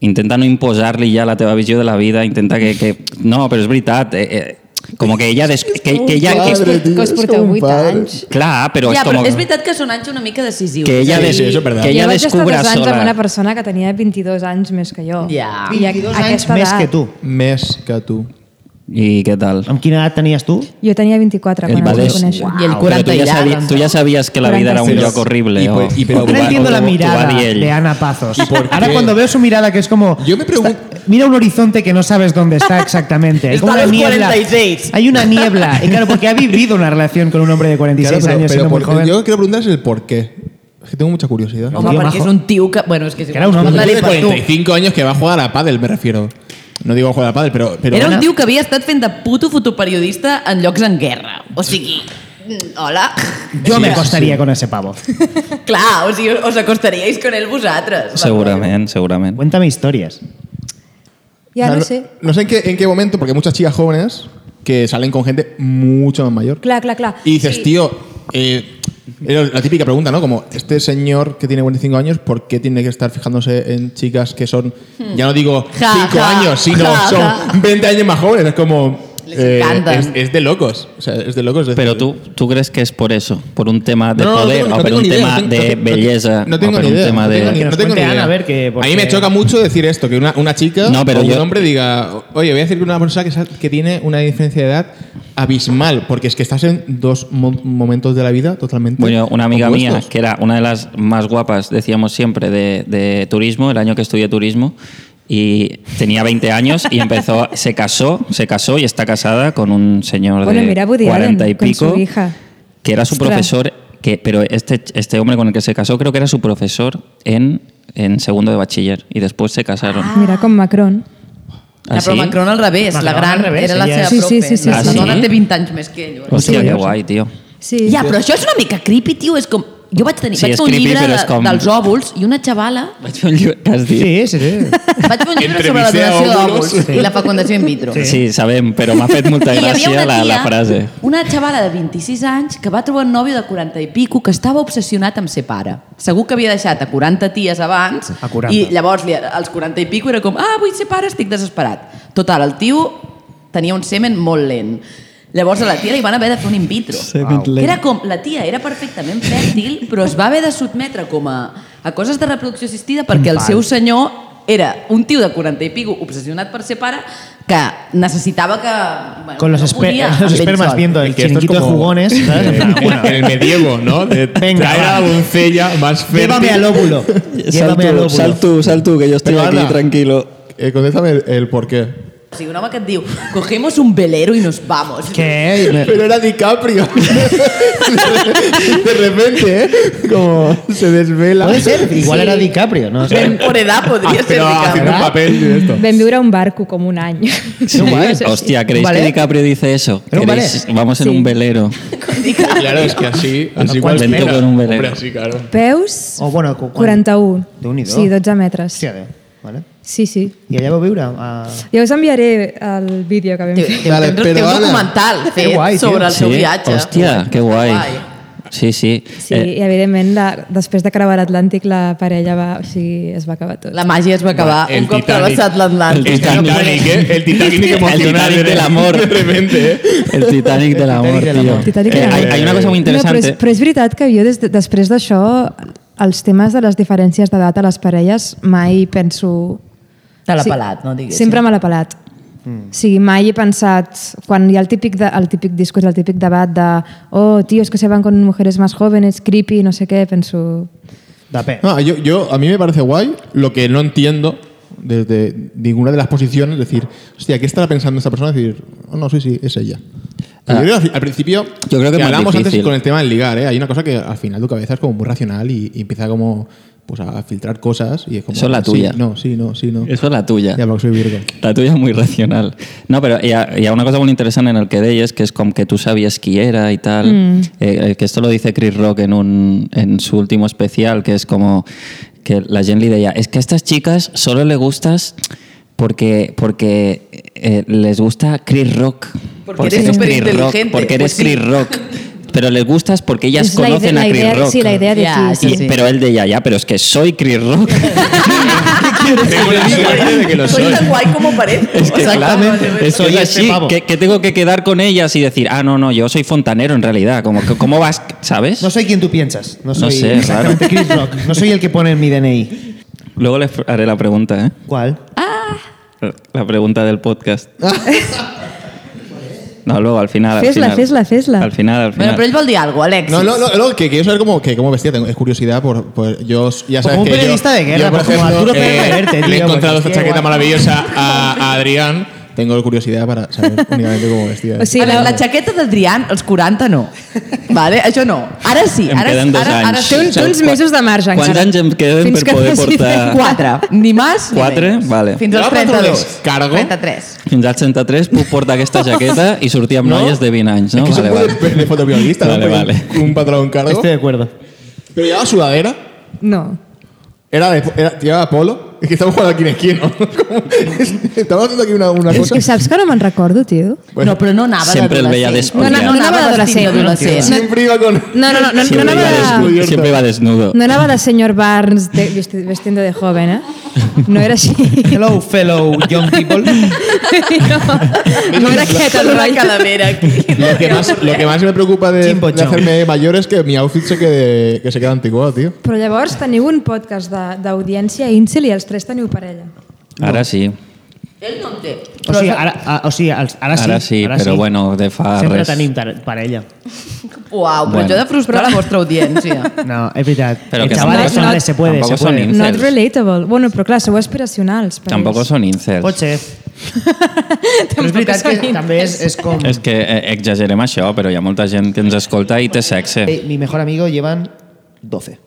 A: intenta no imposar-li ja la teva visió de la vida, intenta que... que no, però és veritat, eh, eh, com que ella... Des, que, que ella que,
G: que us porteu 8 anys.
A: clar, però,
C: ja,
A: és com...
C: però és veritat que són anys una mica decisius.
A: que ella,
F: Sí,
A: des,
F: sí, això és veritat.
A: que ella
G: jo vaig estar
A: descubra
G: dos anys amb
A: sola...
G: una persona que tenia 22 anys més que jo.
C: Ja.
G: I a-
B: 22
G: a
B: anys
G: aquesta
B: més
G: edat-
B: que tu.
F: Més que tu.
A: I què tal?
B: Amb quina edat tenies tu?
G: Jo tenia 24
A: El
G: quan
A: va
G: el vaig
A: des...
G: conèixer.
C: I el
A: Però
C: 40
A: tu, ja
C: i ara,
A: sabies, tu ja sabies que la vida era un
G: 46.
A: lloc horrible.
F: I
A: o,
F: per- i per-
A: o t'ho
B: Ahora
A: va-
B: entiendo
A: o
B: la
A: t'ho- t'ho va
B: mirada
A: dir ell.
B: de Ana Pazos.
F: por
B: Ahora
F: qué?
B: cuando veo su mirada que es como...
F: Yo me pregunto-
B: está- mira un horizonte que no sabes dónde está exactamente. Hay
C: Está
B: como
C: a
B: una
C: los
B: niebla.
C: 46.
B: Hay una niebla. Y claro, porque ha vivido una relación con un hombre de 46
F: Claro, pero,
B: años
F: pero
B: siendo muy
F: por-
B: joven.
F: yo quiero preguntarles el por qué. Es que tengo mucha curiosidad.
C: Home,
B: Tio
C: perquè
B: majo.
C: és un tio que... Bueno, és que, és
B: Que era un
C: igual.
B: home.
F: Yo
C: Dale
F: de
C: pa tu.
F: 45 años que va a jugar a pádel, me refiero. No digo a jugar a pádel, pero... pero
C: Era un tio que havia estat fent de puto fotoperiodista en llocs en guerra. O sigui, mm, hola.
B: Yo me
F: Sí, sí,
B: acostaría con ese pavo.
C: Clar, o sigui, us acostaríeis con ell vosaltres.
A: Segurament, segurament.
B: Cuéntame historias.
G: Ja
F: O sea,
G: no sé.
F: Ah, No sé en qué, en qué momento, porque hay muchas chicas jóvenes que salen con gente mucho más mayor.
G: Clar, clar, clar.
F: Y dices,
G: Sí.
F: tío, eh, era la típica pregunta, ¿no? Como, este señor que tiene 45 años, ¿por qué tiene que estar fijándose en chicas que son, ya no digo 5
C: Hmm. Ja, ja,
F: años, sino
C: ja,
F: son
C: ja.
F: 20 años más jóvenes? Es como. eh,
C: Les encantan.
F: es, es de locos. O sea, es de locos. Es decir,
A: Pero tú, tú crees que es por eso, por un tema de
F: No, no, no
A: poder,
F: tengo- no
A: o por
F: tengo
A: un
F: ni idea,
A: tema
F: no tengo-
A: de
F: no- no-
A: belleza,
F: no tengo
A: o por
F: ni
A: un
F: idea,
A: tema
F: no
A: de...
F: tengo ni-
B: Que nos
F: no tengo ni
B: cuente Ana,
F: idea.
B: a ver, que
F: A
B: porque-
F: mí me choca mucho decir esto, que una, una chica
A: No, pero
F: o un
A: yo-
F: hombre diga, oye, voy a decir que una persona que, sa- que tiene una diferencia de edad abismal, porque es que estás en dos mo- momentos de la vida totalmente
A: Bueno, una amiga mía,
F: opuestos.
A: que era una de las más guapas, decíamos siempre, de, de turismo, el año que estudié turismo, y tenía 20 años y empezó, se casó, se casó y está casada con un señor
G: Bueno,
A: de
G: mira Woody
A: 40 y
G: Allen con
A: pico,
G: su hija.
A: que era su
G: Ostras.
A: profesor, que, pero este, este hombre con el que se casó creo que era su profesor en, en segundo de bachiller, y después se casaron.
G: Mira, com Macron.
C: Ah,
A: ¿Así?
C: però Macron al revés,
B: Macron
C: la gran
B: al revés,
C: era la
B: ella
C: seva
B: és-
G: Sí,
C: profe.
G: sí, sí, sí,
C: la
A: sí.
C: dona
A: Ah, sí?
C: té 20 anys més que ell. o
A: Hostia,
C: sigui.
A: qué guay, tío.
G: Sí.
C: Ja, però això és una mica creepy, tio, és com... Jo vaig tenir,
A: Sí,
C: vaig
A: és
C: fer un
A: creepy,
C: llibre
A: però
C: de,
A: és com-
C: dels òvuls i una xavala
A: Vaig fer un llibre que has dit.
B: Sí, sí, sí.
C: vaig fer un llibre
F: Entre
C: sobre la
F: Nicea
C: donació
F: òvuls.
C: d'òvuls i la fecundació in vitro.
A: Sí, sabem, però m'ha fet molta
C: I hi havia
A: gràcia
C: una
A: la,
C: tia,
A: la frase.
C: una xavala de 26 anys que va trobar un nòvio de 40 i pico que estava obsessionat amb ser pare. Segur que havia deixat a 40 ties abans
B: A 40.
C: i llavors li- als 40 i pico era com ah, vull ser pare, estic desesperat. Total, el tio tenia un semen molt lent. Llavors a la tia li van haver de fer un in vitro. Que era com, la tia era perfectament fèrtil, però es va haver de sotmetre com a, a coses de reproducció assistida perquè el
B: Infant.
C: seu senyor era un tio de 40 i pico obsessionat per ser pare que necessitava que... Bueno,
B: Con los,
C: no
B: esper-
C: podia
B: los
C: amb ell
B: espermas
C: sol.
B: viendo el
F: Que esto es
B: chiringuito de
F: como-
B: jugones. ¿sabes? En plan, bueno, eh,
F: En el medievo, ¿no? De
B: Venga,
F: traer a la
B: va.
F: doncella más fértil.
B: llévame al óvulo. Llévame al óvulo.
A: tú, sal tú, que yo
F: estoy Pero, aquí Ana.
A: tranquilo.
F: Eh, contéstame el, el por qué.
C: O sigui, un home que et diu, cogemos un velero y nos vamos.
B: ¿Qué? Me-
F: Pero era DiCaprio. de repente, ¿eh? Como se desvela.
B: Puede ser, igual
C: Sí.
B: era DiCaprio, ¿no?
C: Ben, por
A: Ah,
C: edad podria ser
F: Pero haciendo un
C: DiCaprio.
F: papel de esto.
G: Vam viure a un barco com un any.
B: Sí, guay.
A: Hostia, ¿creéis
B: ¿Vale?
A: que DiCaprio dice eso?
B: Era un
A: ¿Queréis-
B: ballet.
A: Vamos en
G: Sí.
A: un velero.
F: Claro, es que así, así
A: ¿Cuál
F: cualquiera.
A: vente con un velero?
F: Hombre, así, claro.
G: Peus,
B: O, Oh, bueno, cu- quan-
G: 41.
B: Déu-n'hi-do.
G: Sí, 12 metres.
B: Hòstia, Déu. ¿eh? Vale.
G: Sí, sí.
B: I allà vau viure? A...
G: Ja us enviaré el vídeo que vam fer.
F: Vale,
C: Té un- té
F: però,
C: un
F: Anna,
C: documental fet
B: guai, tio.
C: sobre el seu viatge.
A: Hostia, qué guay.
C: Guai.
A: Sí, sí.
G: Sí,
A: Eh,
G: i evidentment, la, després de creuar l'Atlàntic, la parella va, o sigui, es va acabar tot.
C: La màgia es va acabar
F: el
C: un cop
F: Titanic.
C: travessat l'Atlàntic.
A: El Titanic.
F: ¿eh? El Titanic emocional
A: Titanic del amor.
F: De repente, ¿eh?
A: el Titanic del amor,
B: del
A: tío.
B: amor.
G: Titanic
A: Eh,
G: del
A: hay,
G: amor.
A: hay una cosa muy interesante.
G: No, però, és, però és veritat que jo des, de- després d'això els temes de les diferències d'edat a les parelles mai penso...
C: Te l'ha
G: Sí,
C: pelat, no diguéssim.
G: Sempre me l'ha pelat. Mm. O sigui, mai he pensat... Quan hi ha el típic, de, el típic discurs, el típic debat de oh, tíos que se van con mujeres más jóvenes, creepy, no sé què, penso...
B: De pe.
F: No, yo, yo, a mí me parece guay lo que no entiendo desde ninguna de las posiciones, es decir, hostia, ¿qué estará pensando esta persona? Es decir, oh, no, sí, sí, es ella. Pero
A: Ah.
F: yo creo que al principio,
A: Yo creo que es más
F: hablamos antes
A: difícil.
F: con el tema del ligar, ¿eh? hay una cosa que al final tu cabeza es como muy racional y, y empieza como pues a filtrar cosas y es como...
A: Eso es la
F: sí,
A: tuya.
F: No, sí, no, sí, no.
A: Eso es la tuya.
F: Ya, porque soy virgo.
A: La tuya és molt irracional. No, però hi ha, hi ha una cosa molt interessant en el que deies, que és com que tu sabies qui era i tal. Mm. Eh, eh, que esto lo dice Chris Rock en, un, en su último especial, que es como que la gent li deia, es que a estas chicas solo le gustas porque, porque eh, les gusta Chris Rock.
C: Porque eres
A: Chris Rock,
C: superinteligente.
A: Porque eres
C: Pues sí.
A: Chris Rock. Pero les gustas porque ellas
G: És la
A: conocen
G: idea-
A: a
G: la
A: Chris
G: idea-
A: Rock.
G: sí, la idea de
C: Ja,
G: ti,
A: Y-
C: sí, sí.
A: Pero él de ella, ya, pero es que soy Chris Rock.
F: Tengo la suerte de que lo
C: Soy
F: soy.
C: tan guay como parece.
A: Es que
B: Exactamente.
A: claro, es,
B: Soy
A: que
B: este
A: así,
B: pavo.
A: que, que tengo que quedar con ellas y decir, ah, no, no, yo soy fontanero en realidad. Como, que- ¿Cómo vas? ¿Sabes?
B: No soy quien tú piensas. No soy
A: sé,
B: exactamente Chris Rock. No soy el que pone en mi DNI.
A: Luego les haré la pregunta, ¿eh?
B: ¿Cuál?
A: La pregunta del podcast. no, luego, al final. al
G: Fes-la,
A: final.
G: fes-la, fes-la.
A: Al final, al final.
C: Bueno, però ell vol dir alguna cosa, Alexis.
F: No, no, no, no, que quiero saber cómo, que, cómo vestía. Tengo, es curiosidad por, por- yo ya sabes
B: Como un
F: que yo-
B: periodista de guerra,
F: yo, por
B: pues, como
F: ejemplo, eh,
B: Arturo Pérez Reverte,
F: le
B: tío,
F: he encontrado
B: porque
F: esta
B: es que
F: chaqueta
B: igual.
F: maravillosa a, a Adrián. Tengo curiosidad para saber únicamente cómo vestía.
G: O
B: Pues
G: sigui,
C: A veure, la jaqueta d'Adrián, als 40 no. Vale? Això no. Ara sí.
A: Em
C: Ara,
A: queden dos
C: ara, ara
A: anys.
C: sí.
G: Té, un, té uns mesos de marge
A: Quants
G: encara.
A: anys em queden
G: Fins
A: per
G: que
A: poder
G: faci
A: portar-
C: 4. Ni més ni
A: Quatre?
C: menys.
A: Vale.
C: Fins als
F: Jo porto un
C: 32.
F: descargo.
C: 33.
A: Fins al 63 puc portar aquesta jaqueta i sortir amb
F: No.
A: noies de 20 anys, no?
F: Es que
A: Vale,
F: soy muy
A: vale.
F: de, de fotoperiodista, ¿no?
A: Vale,
F: Porque
A: vale.
F: Un, un patrón cargo.
B: Estoy de acuerdo.
F: Pero llevaba sudadera,
G: No.
F: era de, era, llevaba polo. Es que estamos jugando a quién es quién, ¿no? Como- estamos haciendo aquí una, una
G: És
F: cosa.
G: que saps que no me'n recordo, tio?
F: Bueno,
C: no, però no anava
A: Sempre el veia
C: d'adolescent.
A: despudiat.
C: No, no, no anava d'adolescent.
G: d'adolescent.
F: siempre iba con.
G: No, no, no, no, no,
A: Siempre,
G: anava
A: iba
G: de...
A: desnudo, siempre iba desnudo.
G: No anava de senyor Barnes de, vesti- vestiendo de joven, eh? No era així.
B: Hello, fellow young people.
G: No, no era aquest el
C: Una
G: rotllo.
C: calavera aquí.
F: Lo que, más, lo que más me preocupa de,
B: Chimbo
F: de
B: chao.
F: hacerme mayor es que mi outfit se quede, que se quede antiguo, tío.
G: Però llavors teniu un podcast de- d'audiència incel i els tres teniu parella.
A: Ahora sí.
C: Ell no en té.
B: O sigui, ara, a- ah, o sigui, els- ara sí.
A: Ara sí, però bueno, de fa
B: Sempre
A: res.
B: tenim tar- parella.
C: Uau, però
A: Bueno.
C: bueno. jo he de frustrar la vostra audiència.
B: No, és veritat.
A: Però
B: Els
A: que
B: xavals
G: tampoc-
B: són de
G: no-
B: se puede, se
A: tampoc són
B: puede.
A: ins-
G: Not
A: Incels.
G: relatable. Bueno, però clar, sou aspiracionals. Per
A: Tampoco
G: ells.
A: son incels.
B: Pot ser. Però és veritat que també és, és com...
A: És que eh, exagerem això, però hi ha molta gent que ens escolta i té sexe.
B: Eh, Mi mejor amigo llevan 12.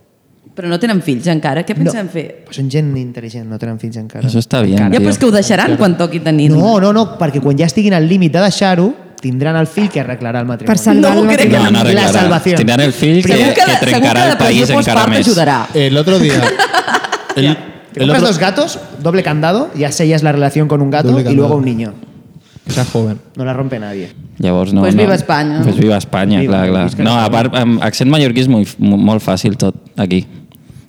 C: Però no tenen fills encara. Què pensen no. fer?
B: Però són gent intel·ligent, no tenen fills encara.
A: Això està bé,
C: Ja, però és
A: tio.
C: que ho deixaran quan toqui tenir.
B: No, no, no, perquè quan ja estiguin al límit de deixar-ho, tindran el fill que arreglarà el matrimoni.
G: Per salvar
C: No ho
G: el
C: crec.
G: matrimoni.
A: No, no
B: La
A: arreglarà.
B: salvación.
A: Tindran el fill que,
C: Segur que,
A: que
C: la- segur que
A: trencarà el
C: la
A: país
C: pressió
A: encara
C: postpart
A: més.
C: ajudarà.
F: El otro día. el,
B: Te
F: el
B: compras
F: otro,
B: dos gatos, doble candado, ya sellas la relación con un gato
F: Doble
B: y
F: candado.
B: luego un niño.
F: que sea joven.
B: No la rompe nadie.
A: Llavors no.
C: Pues viva
A: no.
C: Espanya.
A: Pues viva Espanya,
B: Viva,
A: clar, clar.
B: visca
A: No, a
B: Espanya.
A: part, amb accent mallorquí és molt, molt fàcil tot aquí.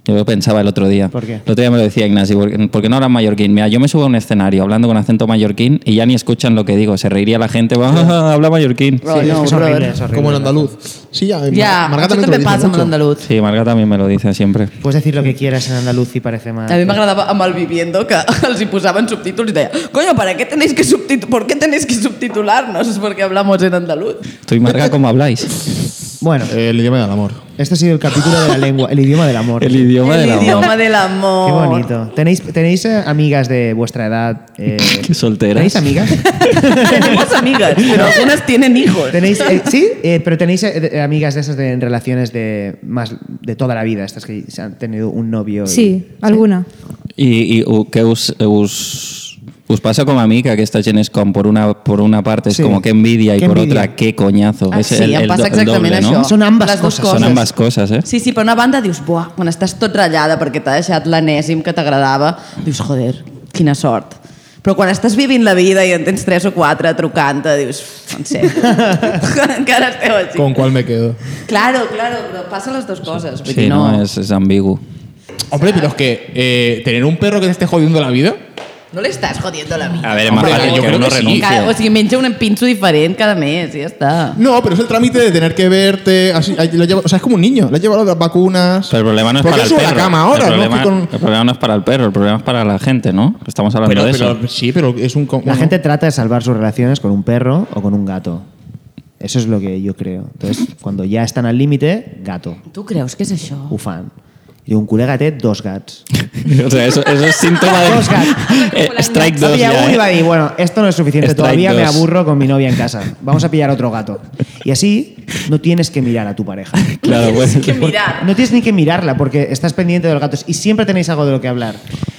A: Yo lo pensaba el otro día.
B: ¿Por qué?
A: El otro día me lo decía Ignasi, ¿por por qué no hablan mallorquín? Mira, yo me subo a un escenario hablando con acento mallorquín y ya ni escuchan lo que digo. Se reiría la gente, "Ah, ah, ah, habla mallorquín.
C: Bro,
B: es
C: no,
B: que es
C: bro.
B: horrible, es horrible.
F: Como en andaluz. Sí, ya. en
C: Ja,
F: Mar- Marga
C: això
F: también te
C: també
F: lo dice
C: passa amb
F: mucho.
C: l'andalut.
A: Sí, Marga también me lo dice siempre.
B: Puedes decir lo que quieras en andaluz y parece mal.
C: A mi m'agradava amb el Viviendo que els hi posaven subtítols i deia «Coño, ¿para qué tenéis que subtitu ¿por qué tenéis que subtitularnos? Porque hablamos en andaluz».
A: ¿Tú y Marga cómo habláis?
B: Bueno,
F: Eh, El idioma del amor.
B: este ha sido el capítulo de la lengua, el idioma del amor.
A: El idioma del
C: El
A: amor.
C: idioma del amor.
B: Qué bonito. ¿Tenéis, tenéis eh, amigas de vuestra edad? eh,
A: Qué solteras.
B: ¿Tenéis amigas?
C: Tenemos amigas, pero algunas tienen hijos.
B: ¿Tenéis, eh, sí, eh, pero tenéis eh, de- amigas de esas de, en relaciones de, más, de toda la vida, estas que se han tenido un novio. y-
G: Sí, alguna.
A: I, i ho- què us, us, us passa com a mi, que aquesta gent és com, per una, per una part és
B: Sí.
A: sí. com que envidia i
B: Que
A: per
B: envidia.
A: otra que coñazo.
C: Ah,
A: és
C: sí, em passa
A: do-
C: exactament
A: doble,
C: això.
A: No?
B: Són ambas
C: Les dues
B: coses.
A: Són ambas coses, eh?
C: Sí, sí, per una banda dius, buah, quan estàs tot ratllada perquè t'ha deixat l'anèsim que t'agradava, dius, joder, quina sort. Però quan estàs vivint la vida i en tens tres o quatre trucant-te, dius, en sèrio, encara esteu així.
F: ¿Con cuál me quedo?
C: Claro, claro, però passa les dues coses. Vull
A: Sí,
C: dir,
A: no, és, és ambigu.
D: Hombre, pero es que eh, tener un perro que te esté jodiendo la vida.
C: No le estás jodiendo la vida.
A: A veure,
D: Hombre,
A: más fácil
D: yo
A: que
D: creo
A: uno
D: que sí.
A: renuncie.
C: Cada, o sigui, menja un empinxo diferent cada mes i ja està.
F: No, pero es el trámite de tener que verte. Así, ahí lo llevo- o sea, es como un niño. Le has llevado las vacunas.
A: Pero el problema no es
F: ¿Por qué
A: para el
F: sube a
A: perro.
F: la cama ahora?
A: el,
F: ¿no?
A: problema,
F: Que con-
A: el problema no es para el perro, el problema es para la gente, ¿no? Estamos hablando
F: Pero-
A: de eso.
F: pero- sí, pero es un. co-
B: La
F: bueno,
B: gente trata de salvar sus relaciones con un perro o con un gato. Eso es lo que yo creo. Entonces, cuando ya están al límite, gato,
C: Tu creus que és això?
B: ufan. Y un colega té dos gats.
A: o sea, eso, eso es síntoma de...
B: Dos gatos.
A: Eh, strike dos
B: Había
A: ya,
B: uno y
A: eh.
B: va a decir, bueno, esto no es suficiente,
A: Strike
B: todavía me
A: dos.
B: aburro con mi novia en casa. Vamos a pillar otro gato. Y así no tienes que mirar a tu pareja.
A: Claro, pues.
C: Tienes
A: bueno.
C: que mirar.
B: No tienes ni que mirarla porque estás pendiente de los gatos y siempre tenéis algo de lo que hablar.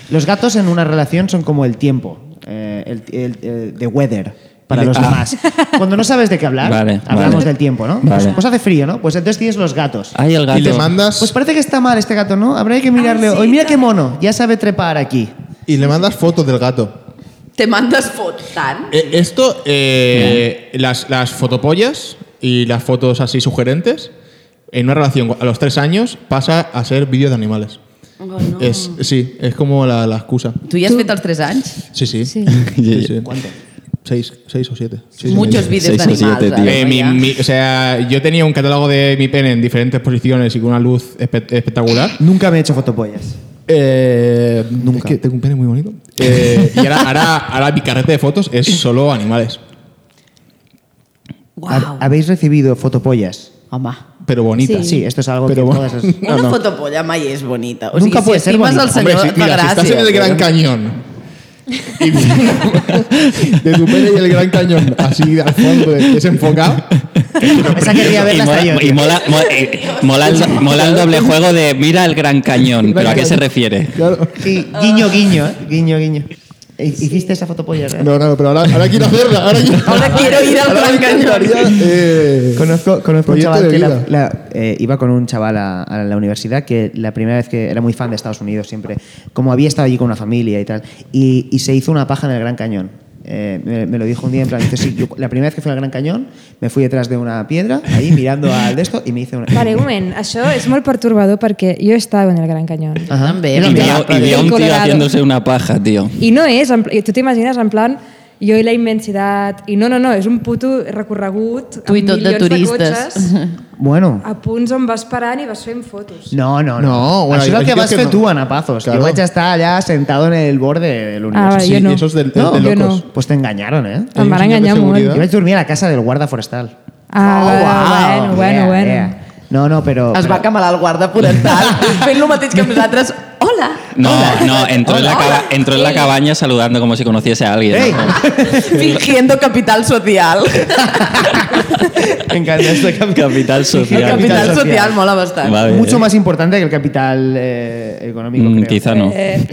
B: Los gatos en una relación son como el tiempo, eh, el, el- el- the weather para los demás. Cuando no sabes de qué hablar,
A: ah. Vale,
B: hablamos
A: vale.
B: del tiempo, ¿no?
A: Vale.
B: Pues, pues hace frío, ¿no? Pues entonces tienes los gatos.
A: Ay, el gato.
F: Y le mandas.
B: Pues parece que está mal este gato, ¿no? Habrá que mirarle. hoy mira qué mono, ya sabe trepar aquí.
F: y le mandas fotos del gato.
C: Te mandes fot tant.
F: Eh, esto, eh, las, las fotopollas y las fotos así sugerentes, en una relación a los tres años pasa a ser vídeos de animales. Es, sí, es como la, la excusa.
C: Tu ja has fet els 3 anys?
F: Sí, sí.
G: Sí.
F: Sí, sí. Seis, seis o siete. Seis o
C: Muchos
F: siete.
C: vídeos
A: Seis o
C: d'animals.
A: siete, tío.
C: ara,
F: Eh, mi-
C: ja.
F: mi- o sea, yo tenía un catálogo de mi pene en diferentes posiciones y con una luz espe- espectacular.
B: Nunca me he hecho fotopollas.
F: Eh,
B: Nunca.
F: es que tengo un pene muy bonito. Eh, y ahora, ahora, ahora mi carrete de fotos es solo animales.
C: Uau.
B: ¿Habéis recibido fotopollas?
C: Home.
F: Pero bonitas.
B: Sí, esto es algo
F: Pero
B: que
F: bueno.
B: todas las-
C: Una fotopolla mai és bonita. O
B: Nunca
C: sigui,
B: puede
C: si
B: ser
C: estimes
B: bonita.
C: el
F: Hombre,
C: senyor,
F: si,
C: fa
F: mira, si
C: gràcia.
F: estás en el Gran Cañón y de tu pene y el Gran Cañón así al fondo desenfocado,
B: Esa querría
A: Y
B: verla hasta yo.
A: mola, y
B: tío.
A: mola, mo- eh, mola el, mola el doble juego de mira el gran cañón, pero ¿a qué se refiere?
F: claro.
B: Sí, guiño, guiño, ¿eh? guiño, guiño. Eh, ¿Hiciste esa fotopollas? ¿eh? real?
F: No, no, pero ahora, ahora quiero hacerla. Ahora quiero,
C: Ahora quiero ir al
F: ahora
C: Gran
F: me
C: Cañón.
F: encantaría, eh,
B: Conozco, conozco un
F: proyecto
B: chaval
F: de
B: que la-
F: vida.
B: la- eh, iba con un chaval a, a la universidad que la primera vez que era muy fan de Estados Unidos siempre, como había estado allí con una familia y tal, y, y se hizo una paja en el Gran Cañón. Eh, me, me lo dijo un día en plan, dice, sí, yo la primera vez que fui al Gran Cañón me fui detrás de una piedra, ahí mirando al de esto y me hice una...
G: Vale, un moment, això és molt pertorbador perquè jo he estat en el Gran Cañón.
B: Ajá.
C: També,
A: Y
B: Yo también.
A: veo, y veo a un tío
G: Colorado.
A: haciéndose una paja, tío.
G: I no és, en, pl- tu t'imagines en plan jo i la immensitat, i no, no, no, és un puto recorregut
C: Tu i tot de
G: milions
C: turistes.
G: cotxes,
B: Bueno,
G: a punts on vas parant i vas fent fotos.
B: no, no, no.
F: No, bueno,
B: Això és
F: hay-
B: el que
F: hay
B: vas
F: tíos
B: fer
F: que no.
B: tu, Anapazos.
F: Claro.
B: Yo voy a estar allá sentado en el borde del universo.
G: Ah,
F: sí,
G: yo no.
F: eso es del-
G: no,
F: es de
G: yo
F: locos.
G: no.
B: Pues te engañaron, ¿eh?
F: Hay un
G: Em
F: señor
G: van
F: de
G: enganyar molt.
F: seguridad.
B: Yo me dormí a la casa del guarda forestal.
G: Ah,
B: Oh,
G: va,
B: wow.
G: bueno, bueno,
B: Yeah,
G: bueno.
B: yeah. No, no, pero.
C: Es va
B: pero-
C: camalar el guarda forestal fent el mateix que nosaltres. Hola!
A: No, no, entró en, la caba- entró en la cabaña saludando como si conociese a alguien. ¿no?
B: ¡Ey!
C: Fingiendo capital social.
B: Me encanta este capital.
A: Capital
C: El
A: social.
B: Capital
C: capital
B: social.
C: social mola bastant.
A: Vale.
B: Mucho más importante que el capital eh, económico.
A: Mm,
B: creo.
A: quizá no.
B: Eh,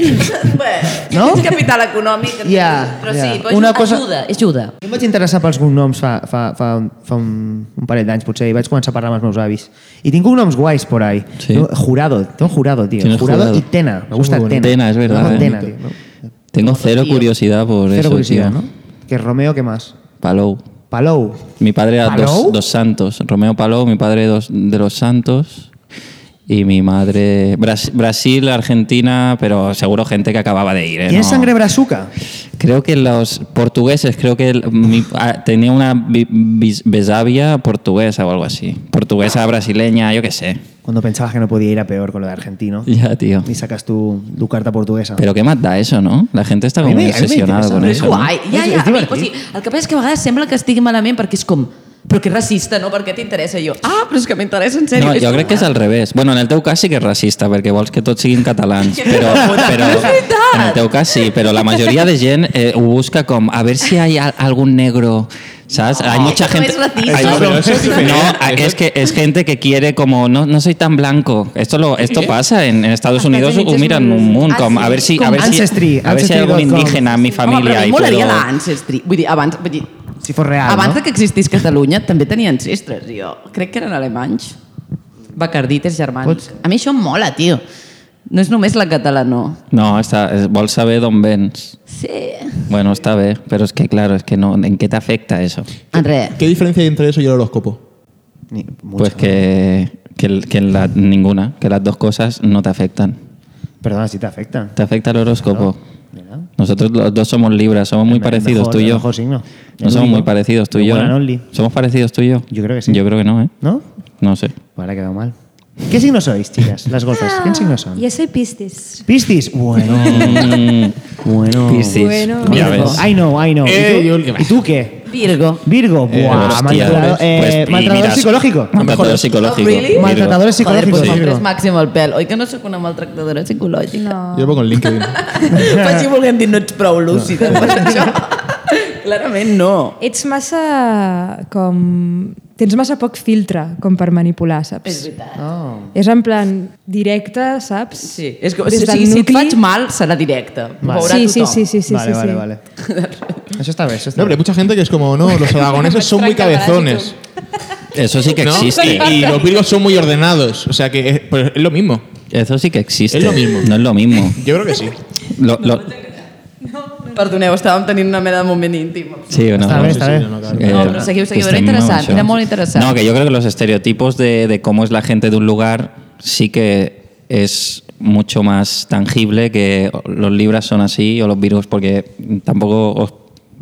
C: Bé,
B: No?
C: És capital econòmic.
B: Ja,
C: però
B: ja.
C: sí,
B: Una
C: però Una
B: cosa-
C: cosa... ajuda, ajuda.
B: Jo em vaig interessar pels cognoms fa, fa, fa, un, fa un, un parell d'anys, potser, i vaig començar a parlar amb els meus avis. I tinc cognoms guais por ahí.
A: Sí.
B: No, jurado, tengo jurado, tío.
A: Tienes
B: Jurado,
A: Jurado.
B: y Tena. Me gusta
A: muy bonito. Tena,
B: Tena.
A: es verdad,
B: No,
A: eh.
B: Tena, tío. ¿no?
A: Tengo cero
C: tío.
A: curiosidad por
B: Cero
A: eso,
B: curiosidad,
A: tío.
B: ¿no? Que Romeo, ¿qué más?
A: Palou.
B: Palou.
A: Mi padre era
B: ¿Palou?
A: dos, dos santos. Romeo Palou, mi padre dos, de los santos. Y mi madre... Bras- Brasil, Argentina, pero seguro gente que acababa de ir. ¿eh?
B: ¿Tienes
A: No.
B: sangre brasuca?
A: Creo que los portugueses, creo que el- mi- ah, tenía una bi- bis- besavia portuguesa o algo así. Portuguesa, brasileña, yo qué sé.
B: Cuando pensabas que no podía ir a peor con lo de argentino.
A: Ya, tío.
B: Y sacas tu, tu carta portuguesa.
A: Pero qué más da eso, ¿no? La gente está
B: A mí
A: como
B: me- a mí me
A: obsesionada
B: interesa,
A: con
B: pero
C: Però és
A: eso. ¿no?
C: guai. Ja,
B: És-
C: ja.
B: és divertit.
C: o sigui, el que passa és que a vegades sembla que estigui malament perquè és com Però que racista, no? Per què t'interessa jo? Ah, però és que m'interessa en
A: No,
C: sèrio.
A: jo crec que és al revés. Bueno, en el teu cas sí que és racista, perquè vols que tots siguin catalans, però, però
C: És veritat!
A: en el teu cas sí, però la majoria de gent eh, ho busca com a ver si hay al- algún negro, ¿sabes? hay mucha
C: eso
A: gente...
C: es racismo.
A: hay-
C: Eso-
F: pero eso es diferente.
A: no, es que es gente que quiere como no, no soy tan blanco. Esto lo esto pasa en, en Estados
G: Hasta
A: Unidos,
G: Unidos
A: o miran
G: es
A: un mundo,
C: muy-
A: como a ver si a ver si
B: Ancestry,
A: a ver si hay algún
B: ancestry.com.
A: indígena en mi
C: Home,
A: familia
C: però a mi
A: y
C: m'agradaria
A: puedo-
C: l'Ancestry. Vull dir, abans... Vull dir,
B: Si fos real,
C: abans
B: Ah, no?
C: de que existís Catalunya també tenia ancestres, jo. Crec que eren alemanys. Bacardí, tes germans.
B: Pots-
C: A mi això em mola, tio. No és només la catalana.
A: No, está, es- vols saber d'on vens.
C: Sí.
A: Bueno, está bien, pero es que claro, es que no, ¿en qué te afecta eso?
C: En res.
F: ¿Qué diferencia hay entre eso y el horóscopo?
B: Ni- mucho.
A: Pues que, que, que la- ninguna, que las dos cosas no te afectan.
B: Perdona si te afecta.
A: Te afecta el horóscopo.
B: Mira.
A: Nosotros los dos somos libras, somos muy
B: El me- el
A: parecidos
B: mejor-
A: tú y
B: el
A: yo.
B: mejor signo.
A: No
B: El
A: somos
B: único.
A: muy parecidos tú
B: The
A: y yo.
B: one
A: ¿eh?
B: and only.
A: ¿Somos parecidos tú y yo?
B: Yo creo que sí.
A: Yo creo que no, ¿eh?
B: ¿No?
A: No sé.
B: Ahora ha quedado mal. ¿Qué signos sois, chicas? Las golfas. ¿Qué signos son?
H: Yo soy Piscis.
B: Piscis. Bueno. bueno.
A: Piscis. pues.
G: Bueno.
A: Mm. Ya
B: Virgo.
A: ves.
B: I know, I know.
D: Eh,
B: ¿Y,
D: yo-
B: tú? ¿Y tú qué?
C: Virgo.
B: Virgo.
F: Eh,
A: Pero,
B: Buah,
A: Eh, hostia,
B: maltratador,
A: pues,
B: eh,
A: pues,
B: maltratador
A: mira,
B: psicológico.
A: Maltratador psicológico.
C: Oh, really?
A: Virgo.
B: Maltratadores
C: Joder,
B: psicológicos.
C: pues em
B: Virgo.
C: pres màxim el pèl. Oi que no sóc una maltractadora psicològica?
G: No.
F: Yo lo pongo en LinkedIn.
C: Faig i volguem dir no ets prou lúcida per això. Clarament no.
G: Ets massa com... Tens massa poc filtre com per manipular, saps?
C: És veritat.
B: Oh.
G: És en plan directe, saps?
C: Sí, és que, o
G: Des
C: sigui,
G: del
C: si et
G: nucli-
C: faig mal, serà directe. Ho
B: Vale.
C: veurà
G: Sí, sí,
C: tothom.
G: sí, sí, sí,
B: vale,
G: sí,
B: vale,
G: sí.
B: vale. Eso está bien, eso está
F: No, pero hay
B: bien.
F: mucha gente que es como, no, los aragoneses son muy cabezones.
A: Eso sí que
F: ¿no?
A: existe.
F: Y, y los virgos son muy ordenados. O sea que es, pues es lo mismo.
A: Eso sí que existe.
F: Es lo mismo.
A: No es lo mismo.
F: Yo creo que sí.
A: Lo- lo-
C: Perdoneu, estàvem tenint una mena de moment íntim.
A: sí, no,
B: Está
A: no,
B: bien,
A: sí,
B: está
A: sí.
B: bien.
A: Eh,
C: No, pero seguiu, seguiu,
A: que
C: era
A: está muy
C: interesante,
A: macho.
C: era muy interesante.
A: No, que yo creo que los estereotipos de, de cómo es la gente de un lugar sí que es mucho más tangible que los libras son así o los virus, porque tampoco os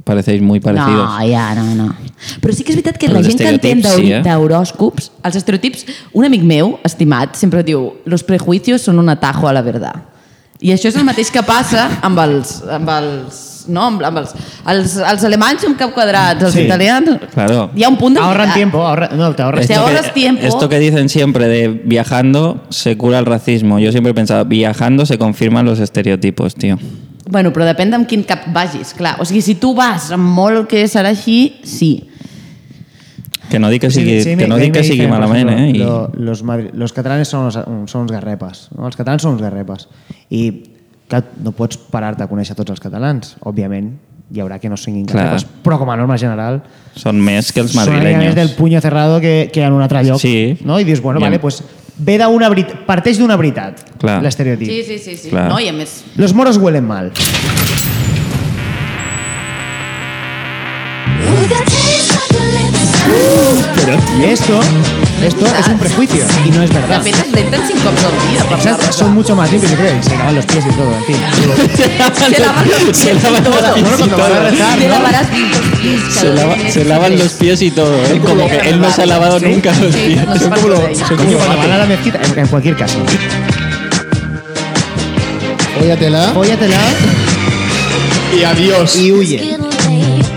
A: parecéis muy parecidos.
C: No, ja, no, no. Però sí que és veritat que
A: Els
C: la gent que entén
A: estereotips, sí,
C: d'hor-
A: eh?
C: d'horòscops, els estereotips, un amic meu, estimat, sempre diu los prejuicios son un atajo a la verdad. I això és el mateix que passa amb els... Amb els no, amb, amb els, els, els alemanys són cap quadrats, els
B: Sí,
C: italians...
A: claro.
C: Hi ha un punt de... Ah,
B: Ahorran
C: veritat.
B: tiempo, ahorra, no, te ahorras
C: Te
A: Esto
C: ahorras
A: que,
C: tiempo.
A: esto que dicen siempre de viajando se cura el racismo. Yo siempre he pensado, viajando se confirman los estereotipos, tío.
C: Bueno, però depèn d'en quin cap vagis, clar. O sigui, si tu vas amb molt que serà així, sí.
A: Que no di que
B: Sí,
A: sigui,
B: sí,
A: que no
B: ahí
A: di
B: me
A: que
B: dicen,
A: sigui
B: por
A: malament,
B: ejemplo,
A: eh? I-
B: lo- los, madri- los catalanes són uns, uns- són uns garrepes. No? Els catalans són uns garrepes. I clar, no pots parar-te a conèixer tots els catalans. Òbviament, hi haurà que no siguin
A: Clar.
B: garrepes, però com a norma general
A: Són més que els
B: són
A: madrilenyos.
B: més del puño cerrado que, que en un altre lloc.
A: Sí.
B: No? I dius, bueno,
A: I
B: vale,
A: en-
B: pues, ve d'una veritat, parteix d'una veritat,
A: Clar.
B: l'estereotip.
C: Sí, sí, sí. sí.
A: Clar.
C: No, i a més...
B: Los moros huelen mal.
E: With a taste like a lipstick.
B: Y esto, esto es un prejuicio y no es
C: De
B: verdad.
C: fet, es lenten cinc cops al dia. Per
B: Quizás son mucho más limpios, yo creo, y se lavan los pies y todo, en fin.
C: Se lavan los pies y todo.
B: Bueno, cuando van a rezar,
C: Te
B: ¿no?
C: lavarás bien los pies.
A: Se,
C: cada
A: lava-
C: día.
A: se lavan los pies y todo, ¿eh? Como que él no se ha lavado nunca los
C: Sí,
A: pies.
C: no sé per què ho deia.
B: Coño, cuando van a la mezquita, en, en cualquier caso.
F: Óyatela
B: Póyatela
F: y adiós.
B: y huye.
E: Getting late.